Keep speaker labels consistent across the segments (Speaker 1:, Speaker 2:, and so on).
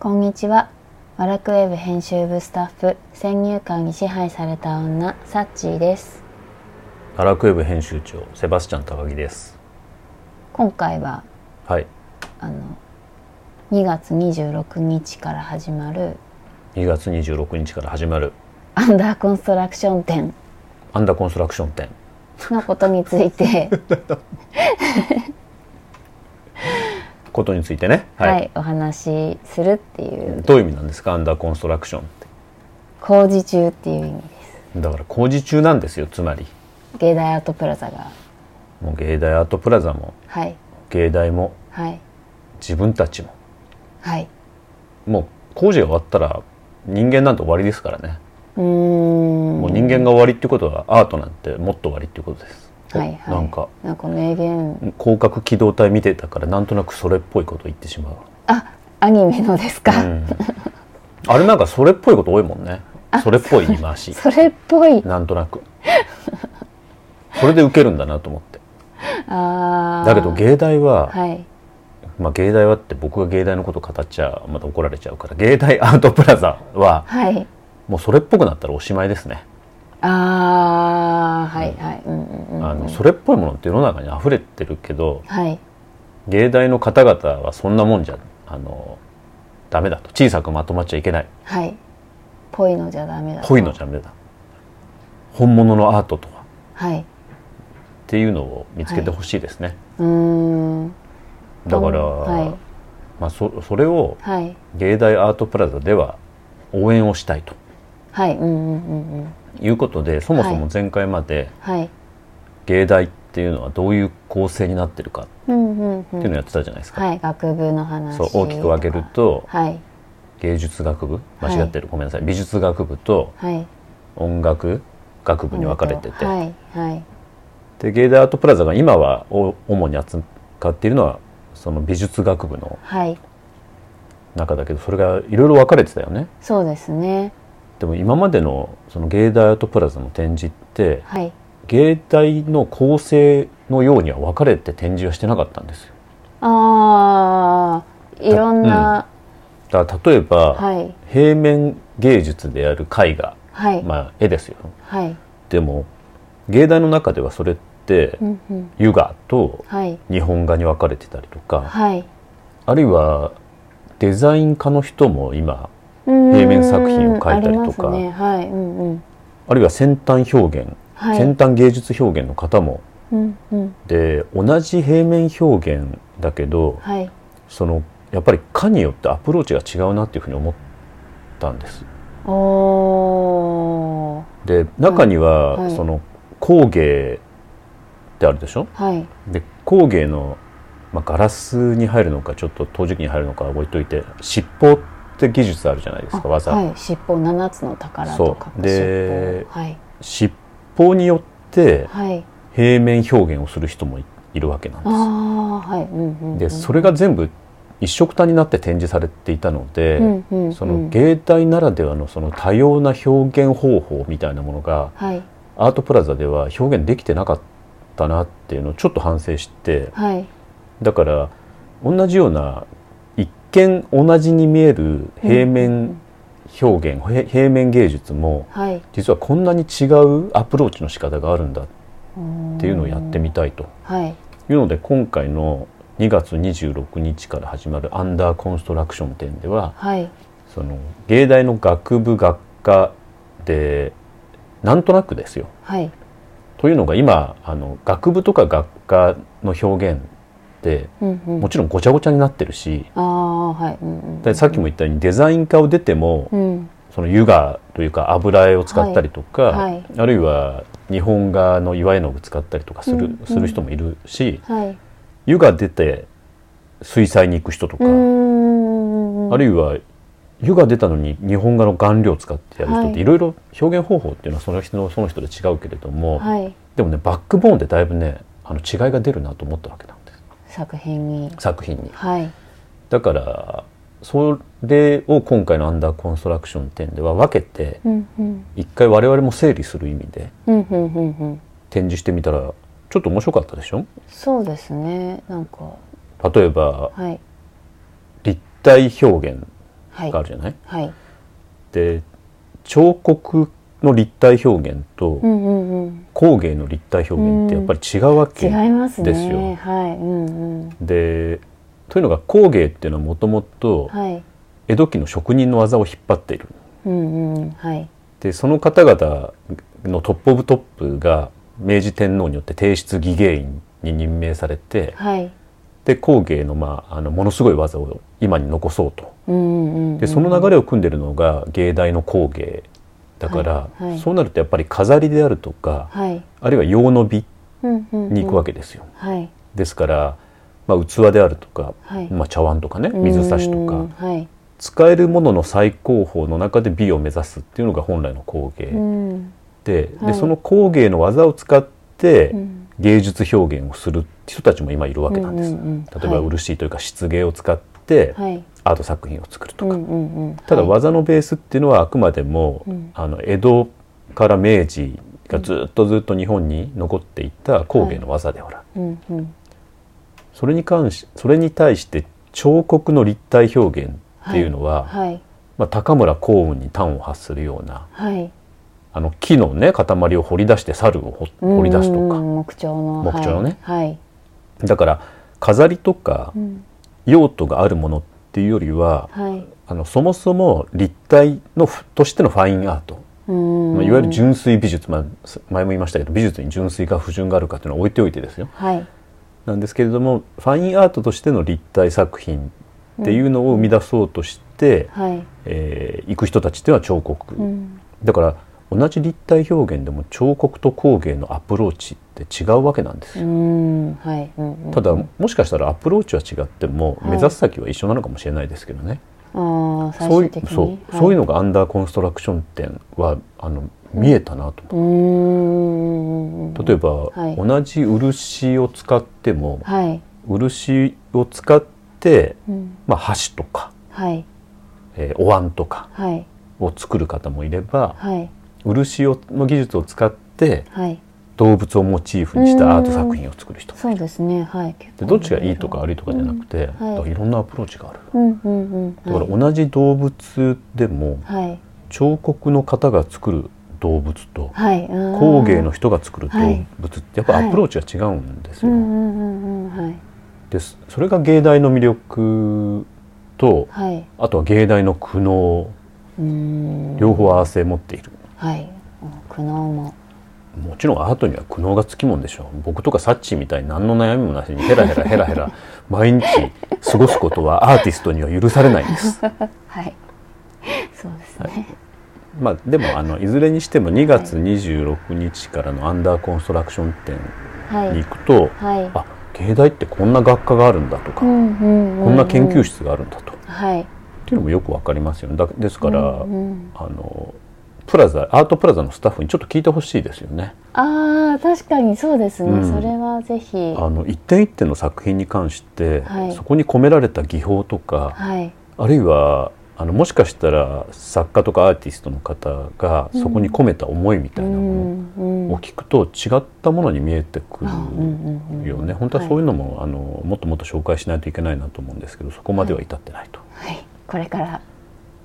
Speaker 1: こんにちは。ワラクウェブ編集部スタッフ、先入観に支配された女、サッチーです。
Speaker 2: アラクエブ編集長セバスチャン高木です
Speaker 1: 今回は、
Speaker 2: はい
Speaker 1: あの、2月26日から始まる、
Speaker 2: 2月26日から始まる
Speaker 1: アンダーコンストラクション展
Speaker 2: アンダーコンストラクション展
Speaker 1: のことについ て、
Speaker 2: ことについてね
Speaker 1: はい、お話しするっていう、
Speaker 2: どういう意味なんですかアンダーコンストラクションっ
Speaker 1: 工事中っていう意味です。
Speaker 2: てだから工事中なんですよつまり
Speaker 1: 芸大アートプラザが、
Speaker 2: もう芸大アートプラザも
Speaker 1: はい、
Speaker 2: 芸大も
Speaker 1: はい、
Speaker 2: 自分たちも
Speaker 1: はい。
Speaker 2: もう工事が終わったら人間なんて終わりですからね
Speaker 1: うーん。
Speaker 2: もう人間が終わりってことはアートなんてもっと終わりってことです、
Speaker 1: はいはい。
Speaker 2: なんか
Speaker 1: なんか名言、
Speaker 2: 広角機動隊見てたからなんとなくそれっぽいこと言ってしまう
Speaker 1: あ、アニメのですか。
Speaker 2: うんあれなんかそれっぽいこと多いもんねそれっぽい言い回し
Speaker 1: それっぽい。
Speaker 2: なんとなくそれで受けるんだなと思って
Speaker 1: あー
Speaker 2: だけど芸大は、
Speaker 1: はい。
Speaker 2: まあ、芸大はって僕が芸大のこと語っちゃまた怒られちゃうから芸大アートプラザは
Speaker 1: はい。
Speaker 2: もうそれっぽくなったらおしまいですね、
Speaker 1: ああ、はいはい。うんうんうん。
Speaker 2: あのそれっぽいものって世の中に溢れてるけど
Speaker 1: はい。
Speaker 2: 芸大の方々はそんなもんじゃあのダメだと小さくまとまっちゃいけない
Speaker 1: はい。ぽいのじゃダメだ。
Speaker 2: ぽいのじゃダメだ本物のアートとは
Speaker 1: はい。
Speaker 2: っていうのを見つけてほしいですね、
Speaker 1: うーん。
Speaker 2: だから、
Speaker 1: はい。
Speaker 2: まあ、そそれを
Speaker 1: はい。
Speaker 2: 芸大アートプラザでは応援をしたいと
Speaker 1: はい。うんうんうんうん。
Speaker 2: いうことでそもそ
Speaker 1: は
Speaker 2: も
Speaker 1: い
Speaker 2: 前回まで
Speaker 1: はい。
Speaker 2: 芸大っていうのはどういう構成になってるかっ
Speaker 1: うんうんう
Speaker 2: ていうのを
Speaker 1: ん。
Speaker 2: やってたじゃないですか、
Speaker 1: はい。学部の話。
Speaker 2: そう大きく分ける。と
Speaker 1: はい。
Speaker 2: 芸術学部
Speaker 1: はい
Speaker 2: 間違ってる、ごめんなさい美術学部と
Speaker 1: はい。
Speaker 2: 音楽学部に分かれてて、
Speaker 1: はい。はい。
Speaker 2: で芸大アートプラザが今はお主に扱っているのはその美術学部の
Speaker 1: はい。
Speaker 2: 中だけどそれがいろいろ分かれてたよね。
Speaker 1: そうですね。
Speaker 2: でも今までのその芸大アートプラザの展示って
Speaker 1: はい。
Speaker 2: 芸大の構成のようには分かれて展示はしてなかったんですよ
Speaker 1: ああ、いろんな。
Speaker 2: だから例えば、
Speaker 1: はい。
Speaker 2: 平面芸術である絵画、
Speaker 1: はい。
Speaker 2: まあ、絵ですよ
Speaker 1: はい。
Speaker 2: でも芸大の中ではそれって
Speaker 1: うんうん。
Speaker 2: 油画と
Speaker 1: はい。
Speaker 2: 日本画に分かれてたりとか
Speaker 1: はい。
Speaker 2: あるいはデザイン科の人も今
Speaker 1: 平
Speaker 2: 面作品を描いたりとか
Speaker 1: ね、はい、うんうん、
Speaker 2: あるいは先端表現、
Speaker 1: はい、
Speaker 2: 先端芸術表現の方も
Speaker 1: うんうん、
Speaker 2: で同じ平面表現だけど、
Speaker 1: はい、
Speaker 2: そのやっぱり科によってアプローチが違うなっていうふうに思ったんです。
Speaker 1: おー、
Speaker 2: で中には、
Speaker 1: はいはい
Speaker 2: その工芸ってあるでしょ
Speaker 1: はい、
Speaker 2: で工芸の、まあ、ガラスに入るのかちょっと陶磁器に入るのかは置いといて尻尾って技術あるじゃないですか技、
Speaker 1: はい、尻尾七つの宝とか
Speaker 2: そうで
Speaker 1: はい、
Speaker 2: 尻尾によって
Speaker 1: はい、
Speaker 2: 平面表現をする人もいいるわけなん
Speaker 1: あ
Speaker 2: です。
Speaker 1: あ、はい、うんうん、うん、
Speaker 2: でそれが全部一色単になって展示されていたので、
Speaker 1: うんうんうん、
Speaker 2: その芸大ならではのその多様な表現方法みたいなものが
Speaker 1: はい、
Speaker 2: アートプラザでは表現できてなかったなっていうのをちょっと反省して
Speaker 1: はい、
Speaker 2: だから同じような一見同じに見える平面表現、へ平面芸術も
Speaker 1: はい、っ
Speaker 2: 実はこんなに違うアプローチの仕方があるんだっていうのをやってみたいと
Speaker 1: はい、
Speaker 2: いうので今回の2月26日から始まるアンダーコンストラクション展では
Speaker 1: はい、
Speaker 2: その芸大の学部学科でなんとなくですよ
Speaker 1: はい、
Speaker 2: というのが今あの学部とか学科の表現って
Speaker 1: うんうん、
Speaker 2: もちろんごちゃごちゃになってるし
Speaker 1: ああ、はい、うんうん、
Speaker 2: でさっきも言ったようにデザイン科を出ても
Speaker 1: うん、
Speaker 2: その油画というか油絵を使ったりとか、
Speaker 1: はいはい
Speaker 2: あるいは日本画の岩絵の具使ったりとかする,、
Speaker 1: うんうん
Speaker 2: する人もいるし
Speaker 1: はい、
Speaker 2: 油画出て水彩に行く人とか、
Speaker 1: うーん、
Speaker 2: あるいは湯が出たのに日本画の顔料を使ってやる人っ
Speaker 1: は
Speaker 2: て
Speaker 1: い
Speaker 2: いろいろ表現方法っていうのはその人のその人で違うけれども、
Speaker 1: はい、
Speaker 2: でもねバックボーンでだいぶねあの違いが出るなと思ったわけなんです
Speaker 1: 作品に、
Speaker 2: 作品に。
Speaker 1: はい、
Speaker 2: だからそれを今回の「アンダーコンストラクション」展では分けて
Speaker 1: うんうん、
Speaker 2: 一回我々も整理する意味で
Speaker 1: うんうんうんうん。
Speaker 2: 展示してみたらちょっと面白かったでしょ
Speaker 1: そうですね。なんか、
Speaker 2: 例えば
Speaker 1: はい。
Speaker 2: 立体表現
Speaker 1: はい
Speaker 2: があるじゃない、
Speaker 1: はい
Speaker 2: で彫刻の立体表現と
Speaker 1: うんうんうん
Speaker 2: 工芸の立体表現ってやっぱり違うわけ
Speaker 1: 違いますね
Speaker 2: ですよ。
Speaker 1: はいうんうん
Speaker 2: でというのが工芸っていうのはもともと
Speaker 1: はい
Speaker 2: 江戸期の職人の技を引っ張っている。
Speaker 1: うんうんはい
Speaker 2: でその方々のトップ・オブ・トップが明治天皇によって帝室技芸員に任命されて
Speaker 1: はい
Speaker 2: で工芸の,、まあ、あのものすごい技を今に残そうと
Speaker 1: うんうんうんうん
Speaker 2: でその流れを組んでるのが芸大の工芸だから、
Speaker 1: はいはい
Speaker 2: そうなるとやっぱり飾りであるとか
Speaker 1: はい
Speaker 2: あるいは用の美
Speaker 1: うんうんうん
Speaker 2: に行くわけですよ。
Speaker 1: はい
Speaker 2: ですから、まあ、器であるとか、
Speaker 1: はい
Speaker 2: まあ、茶碗とかね水差しと
Speaker 1: う
Speaker 2: か
Speaker 1: んはい
Speaker 2: 使えるものの最高峰の中で美を目指すっていうのが本来の工芸
Speaker 1: うん
Speaker 2: で,、
Speaker 1: はい
Speaker 2: でその工芸の技を使って、
Speaker 1: うん
Speaker 2: 芸術表現をする人たちも今いるわけなんです。
Speaker 1: うんうんうん
Speaker 2: 例えば
Speaker 1: はい
Speaker 2: 漆というか漆芸を使って
Speaker 1: はい
Speaker 2: アート作品を作るとか、
Speaker 1: うんうんうん
Speaker 2: ただ
Speaker 1: はい
Speaker 2: 技のベースっていうのはあくまでも、
Speaker 1: うん
Speaker 2: あの江戸から明治がずっとずっと日本に残っていた工芸の技でほら、
Speaker 1: うんうん
Speaker 2: それに関しそれに対して彫刻の立体表現っていうのは、
Speaker 1: はい
Speaker 2: まあ、高村光雲に端を発するような
Speaker 1: はい
Speaker 2: あの木のね塊を掘り出して猿を掘掘り出すと
Speaker 1: う
Speaker 2: か
Speaker 1: んうんうん木彫の
Speaker 2: 木彫のね
Speaker 1: はいはい
Speaker 2: だから飾りとか
Speaker 1: うん
Speaker 2: 用途があるものっていうよりは
Speaker 1: はい
Speaker 2: あのそもそも立体のふとしてのファインアート、
Speaker 1: うん
Speaker 2: まあ、いわゆる純粋美術、まあ、す前も言いましたけど美術に純粋か不純があるかっていうのは置いておいてですよ
Speaker 1: はい
Speaker 2: なんですけれどもファインアートとしての立体作品っていうのを生み出そうとして、
Speaker 1: はい
Speaker 2: えー行く人たちっていうのは彫刻、
Speaker 1: うん
Speaker 2: だから同じ立体表現でも彫刻と工芸のアプローチって違うわけなんです
Speaker 1: う
Speaker 2: よ、
Speaker 1: んはいうんうん
Speaker 2: ただもしかしたらアプローチは違っても
Speaker 1: はい
Speaker 2: 目指す先は一緒なのかもしれないですけどね、
Speaker 1: ああ最
Speaker 2: そう
Speaker 1: 終
Speaker 2: いう
Speaker 1: 的に
Speaker 2: そう,、
Speaker 1: はい
Speaker 2: そういうのがアンダーコンストラクション展はあの見えたなと、
Speaker 1: うーん
Speaker 2: 例えば、
Speaker 1: はい
Speaker 2: 同じ漆を使っても
Speaker 1: はい
Speaker 2: 漆を使って、
Speaker 1: うん
Speaker 2: まあ、箸とか、
Speaker 1: はい
Speaker 2: えーお椀とか
Speaker 1: はい
Speaker 2: を作る方もいれば
Speaker 1: はい
Speaker 2: 漆をの技術を使って
Speaker 1: はい
Speaker 2: 動物をモチーフにしたアート作品を作る人
Speaker 1: そうですねはい結
Speaker 2: で
Speaker 1: 構
Speaker 2: どっちがいいとか悪いとかじゃなくて、
Speaker 1: うんはい
Speaker 2: だからいろんなアプローチがある。
Speaker 1: うんうんうん
Speaker 2: だから同じ動物でも
Speaker 1: はい
Speaker 2: 彫刻の方が作る動物と
Speaker 1: はいうん
Speaker 2: 工芸の人が作る動
Speaker 1: はい
Speaker 2: 物ってやっぱアプローチが違うんです
Speaker 1: う
Speaker 2: よ。
Speaker 1: んうんうんうんはい
Speaker 2: ですそれが芸大の魅力と
Speaker 1: はい
Speaker 2: あとは芸大の苦悩
Speaker 1: うーん
Speaker 2: 両方合わせ持っている。
Speaker 1: はいうん苦悩も
Speaker 2: もちろんアートには苦悩がつきもんでしょう僕とかサッチーみたいに何の悩みもなしにヘラヘラヘラヘラ毎日過ごすことはアーティストには許されないんです
Speaker 1: はい そうですね
Speaker 2: まあでもあのいずれにしても2月26日からのアンダーコンストラクション展
Speaker 1: は
Speaker 2: に
Speaker 1: い
Speaker 2: 行くと、
Speaker 1: はい
Speaker 2: あ芸大ってこんな学科があるんだとか、
Speaker 1: うんうんうん
Speaker 2: こんな研究室があるんだとっ
Speaker 1: はい
Speaker 2: ていうのもよくわかりますよねだですから、
Speaker 1: うんうん
Speaker 2: あのプラザアートプラザのスタッフにちょっと聞いてほしいですよね。
Speaker 1: ああ確かにそうですね、
Speaker 2: うん
Speaker 1: それはぜひ
Speaker 2: あ
Speaker 1: は
Speaker 2: の一点一点の作品に関して、
Speaker 1: はい
Speaker 2: そこに込められた技法とか
Speaker 1: い
Speaker 2: あるいはあのもしかしたら作家とかアーティストの方がそこに込めた思いみたいなもの
Speaker 1: うんうん
Speaker 2: を聞くと違ったものに見えてくる
Speaker 1: あうんうんうん
Speaker 2: よね本当はそういうのも、あのもっともっと紹介しないといけないなと思うんですけどそこまでは至ってないと、
Speaker 1: はい、これから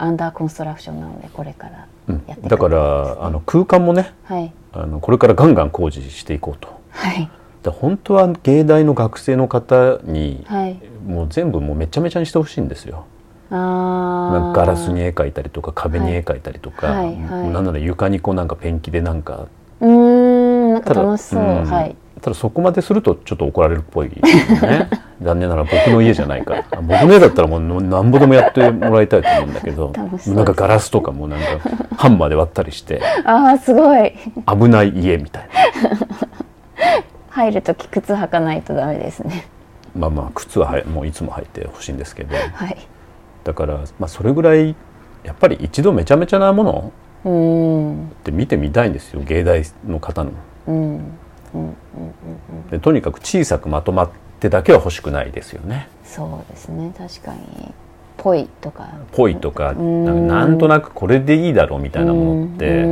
Speaker 1: アンダーコンストラクションなのでこれから
Speaker 2: うん
Speaker 1: やっていく
Speaker 2: だからあの空間もね
Speaker 1: はい
Speaker 2: あのこれからガンガン工事していこうと
Speaker 1: はい
Speaker 2: だから本当は芸大の学生の方に、
Speaker 1: はい
Speaker 2: もう全部もうめちゃめちゃにしてほしいんですよ
Speaker 1: あー
Speaker 2: なんかガラスに絵描いたりとか壁に絵描いたりとか、
Speaker 1: はいはいはい
Speaker 2: なんなら床にこうなんかペンキでなんか
Speaker 1: うーんなんか
Speaker 2: ただ
Speaker 1: 楽しそう
Speaker 2: うん
Speaker 1: はい
Speaker 2: ただそこまでするとちょっと怒られるっぽいですね 残念ながら僕の家じゃないから僕の家だったらもうなんぼでもやってもらいたいと思うんだけど
Speaker 1: 楽しそう
Speaker 2: なんかガラスとかもなんかハンマーで割ったりして
Speaker 1: あーすごい
Speaker 2: 危ない家みたいな
Speaker 1: 入るとき靴履かないとダメですね
Speaker 2: まあまあ靴ははいもういつも履いてほしいんですけど
Speaker 1: はい
Speaker 2: だから、まあ、それぐらいやっぱり一度めちゃめちゃなもの
Speaker 1: うーん
Speaker 2: って見てみたいんですよ芸大の方の。
Speaker 1: うん
Speaker 2: でとにかく小さくまとまってだけは欲しくないですよね。
Speaker 1: そうですね確かにぽいとか
Speaker 2: ぽいとか
Speaker 1: ん
Speaker 2: なんかなんとなくこれでいいだろうみたいなものって
Speaker 1: う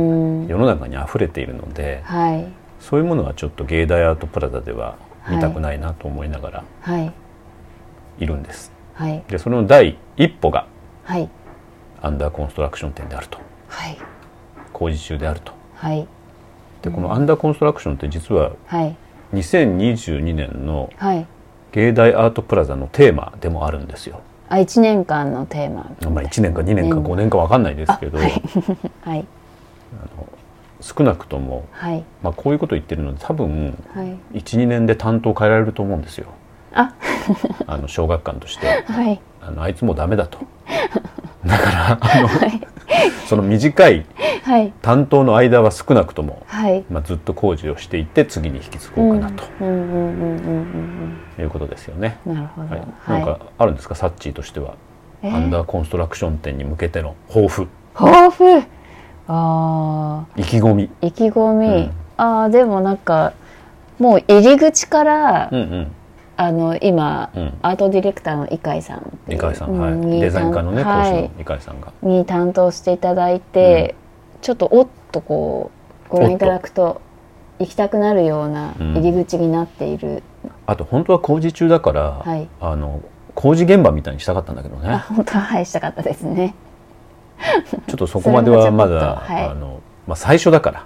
Speaker 1: ん
Speaker 2: 世の中に溢れているので
Speaker 1: はい
Speaker 2: そういうものはちょっと芸大アートプラザでは見たくないなと思いながら
Speaker 1: はい
Speaker 2: いるんです。
Speaker 1: はい
Speaker 2: でそれの第一歩が
Speaker 1: はい
Speaker 2: アンダーコンストラクション店であると
Speaker 1: はい
Speaker 2: 工事中であると
Speaker 1: はい
Speaker 2: でこのアンダーコンストラクションって実は
Speaker 1: はい
Speaker 2: 2022年の
Speaker 1: はい
Speaker 2: 芸大アートプラザのテーマでもあるんですよ。
Speaker 1: あ1年間のテーマ
Speaker 2: まあ、1年か2年か
Speaker 1: 年
Speaker 2: 5年か分かんないですけど、
Speaker 1: はい
Speaker 2: 少なくとも、
Speaker 1: はい
Speaker 2: まあ、こういうこと言ってるので多分
Speaker 1: はい
Speaker 2: 12年で担当変えられると思うんで すよ
Speaker 1: あ
Speaker 2: あの小学館として
Speaker 1: はい
Speaker 2: あのあいつもうダメ だとだからあの、その短い
Speaker 1: はい
Speaker 2: 担当の間は少なくとも、
Speaker 1: はい
Speaker 2: まあ、ずっと工事をしていって次に引き継ごうかな
Speaker 1: うんうんうんうんうん
Speaker 2: ということですよね、
Speaker 1: うんなるほど
Speaker 2: はい
Speaker 1: は
Speaker 2: なん
Speaker 1: い
Speaker 2: かあるんですかサッチーとしては、
Speaker 1: えー
Speaker 2: アンダーコンストラクション店に向けての抱負
Speaker 1: 豊富あ
Speaker 2: 意気込み
Speaker 1: ー意気込み、
Speaker 2: うん
Speaker 1: あーでもなんかもう入り口から、
Speaker 2: うんうん
Speaker 1: あの今、
Speaker 2: うん
Speaker 1: アートディレクターの井海さんっていう
Speaker 2: 二階さん、
Speaker 1: う
Speaker 2: はい
Speaker 1: んに
Speaker 2: デザイン科のね講
Speaker 1: は
Speaker 2: 師
Speaker 1: い
Speaker 2: の二階さんが、
Speaker 1: に担当していただいて、ちょっとおっとこうご覧いただくと行きたくなるような入り口になってい る、
Speaker 2: あと本当は工事中だから、
Speaker 1: はい
Speaker 2: あの工事現場みたいにしたかったんだけど
Speaker 1: あ
Speaker 2: ね
Speaker 1: 本当ははいしたかったですね
Speaker 2: ちょっとそこまではま
Speaker 1: それも
Speaker 2: だ、
Speaker 1: ちょっとはい
Speaker 2: あのまあ、最初だから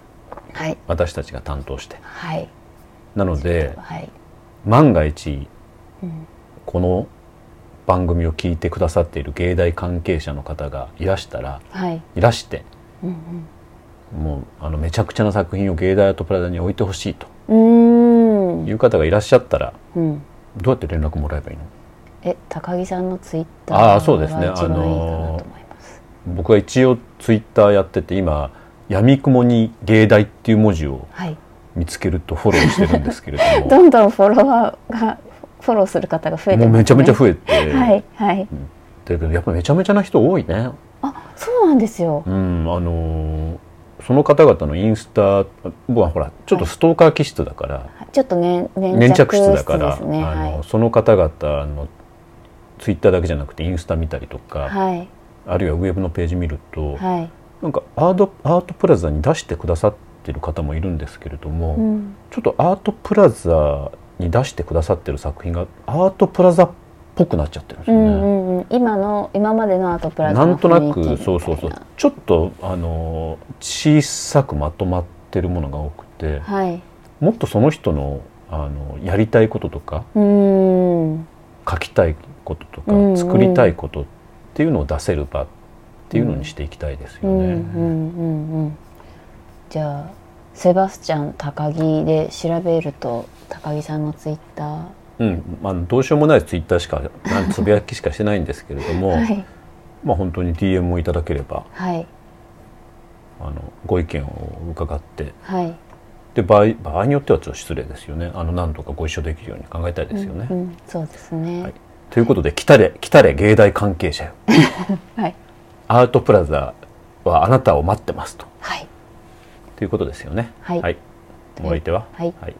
Speaker 1: はい
Speaker 2: 私たちが担当して
Speaker 1: はい
Speaker 2: なので
Speaker 1: はい、
Speaker 2: 万が一
Speaker 1: うん
Speaker 2: この番組を聞いてくださっている芸大関係者の方がいらしたら
Speaker 1: はい
Speaker 2: いらして
Speaker 1: うん
Speaker 2: もうあのめちゃくちゃな作品を芸大アートプラザに置いてほしいと
Speaker 1: うんうーん
Speaker 2: いう方がいらっしゃったら
Speaker 1: うん
Speaker 2: どうやって連絡もらえばいいの
Speaker 1: え高木さんのツイッター
Speaker 2: あ
Speaker 1: が
Speaker 2: ー
Speaker 1: 一
Speaker 2: そう
Speaker 1: 番い
Speaker 2: で
Speaker 1: い
Speaker 2: す
Speaker 1: か
Speaker 2: ね
Speaker 1: なと思います
Speaker 2: 僕は一応ツイッターやってて今やみくもに芸大っていう文字を
Speaker 1: はい
Speaker 2: 見つけるとフォローしてるんですけれども
Speaker 1: どんどんフォロワーがフォローする方が増えてます、ね、
Speaker 2: もうめちゃめちゃ増えて、
Speaker 1: はいはい
Speaker 2: だけどやっぱめちゃめちゃな人多いね
Speaker 1: あそうなんですよ
Speaker 2: うんあのーその方々のインスタ僕はほらちょっとストーカー気質だから、
Speaker 1: ちょっとね粘
Speaker 2: 粘
Speaker 1: 着
Speaker 2: 着質
Speaker 1: 質
Speaker 2: だから、
Speaker 1: ですね
Speaker 2: あの
Speaker 1: は
Speaker 2: その方々のツイッターだけじゃなくてインスタ見たりとか、
Speaker 1: いはい
Speaker 2: あるいはウェブのページ見ると、
Speaker 1: はい、
Speaker 2: なんかアートアートプラザに出してくださってる方もいるんですけれども、
Speaker 1: うん、
Speaker 2: ちょっとアートプラザに出してくださってる作品がアートプラザっぽくなっちゃってるんです
Speaker 1: う
Speaker 2: よね。
Speaker 1: んうんうん今の今までのアートプラ
Speaker 2: な
Speaker 1: ザ
Speaker 2: ん
Speaker 1: の
Speaker 2: とな
Speaker 1: 雰囲
Speaker 2: く
Speaker 1: 気
Speaker 2: そうそうそうちょっとあの小さくまとまってるものが多くて
Speaker 1: はい
Speaker 2: もっとその人のあのやりたいこととか
Speaker 1: うーん
Speaker 2: 書きたいこととか、
Speaker 1: うんうん
Speaker 2: 作りたいことっていうのを出せる場っていうのにしていきたいです
Speaker 1: う
Speaker 2: よ
Speaker 1: んう
Speaker 2: ね。
Speaker 1: んうんうんじゃあセバスチャン高木で調べると高木さんのツイッター
Speaker 2: うんまあ、どうしようもないツイッターしかなんつぶやきしかしてないんですけれども、
Speaker 1: はい
Speaker 2: まあ、本当に DM をいただければ
Speaker 1: はい
Speaker 2: あのご意見を伺って
Speaker 1: はい
Speaker 2: で場合場合によってはちょっと失礼ですよねあの何とかご一緒できるように考えたいですよね。
Speaker 1: うんうんそうですね
Speaker 2: はいということで来たれ来たれ芸大関係者よ
Speaker 1: はい
Speaker 2: アートプラザはあなたを待ってますと
Speaker 1: はい
Speaker 2: ということですよね。
Speaker 1: はい
Speaker 2: お相手は、
Speaker 1: はい
Speaker 2: はい、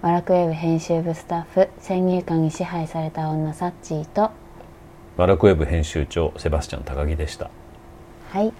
Speaker 1: ワラクウェブ編集部スタッフ先入観に支配された女サッチーと
Speaker 2: ワラクウェブ編集長セバスチャン高木でした。
Speaker 1: はい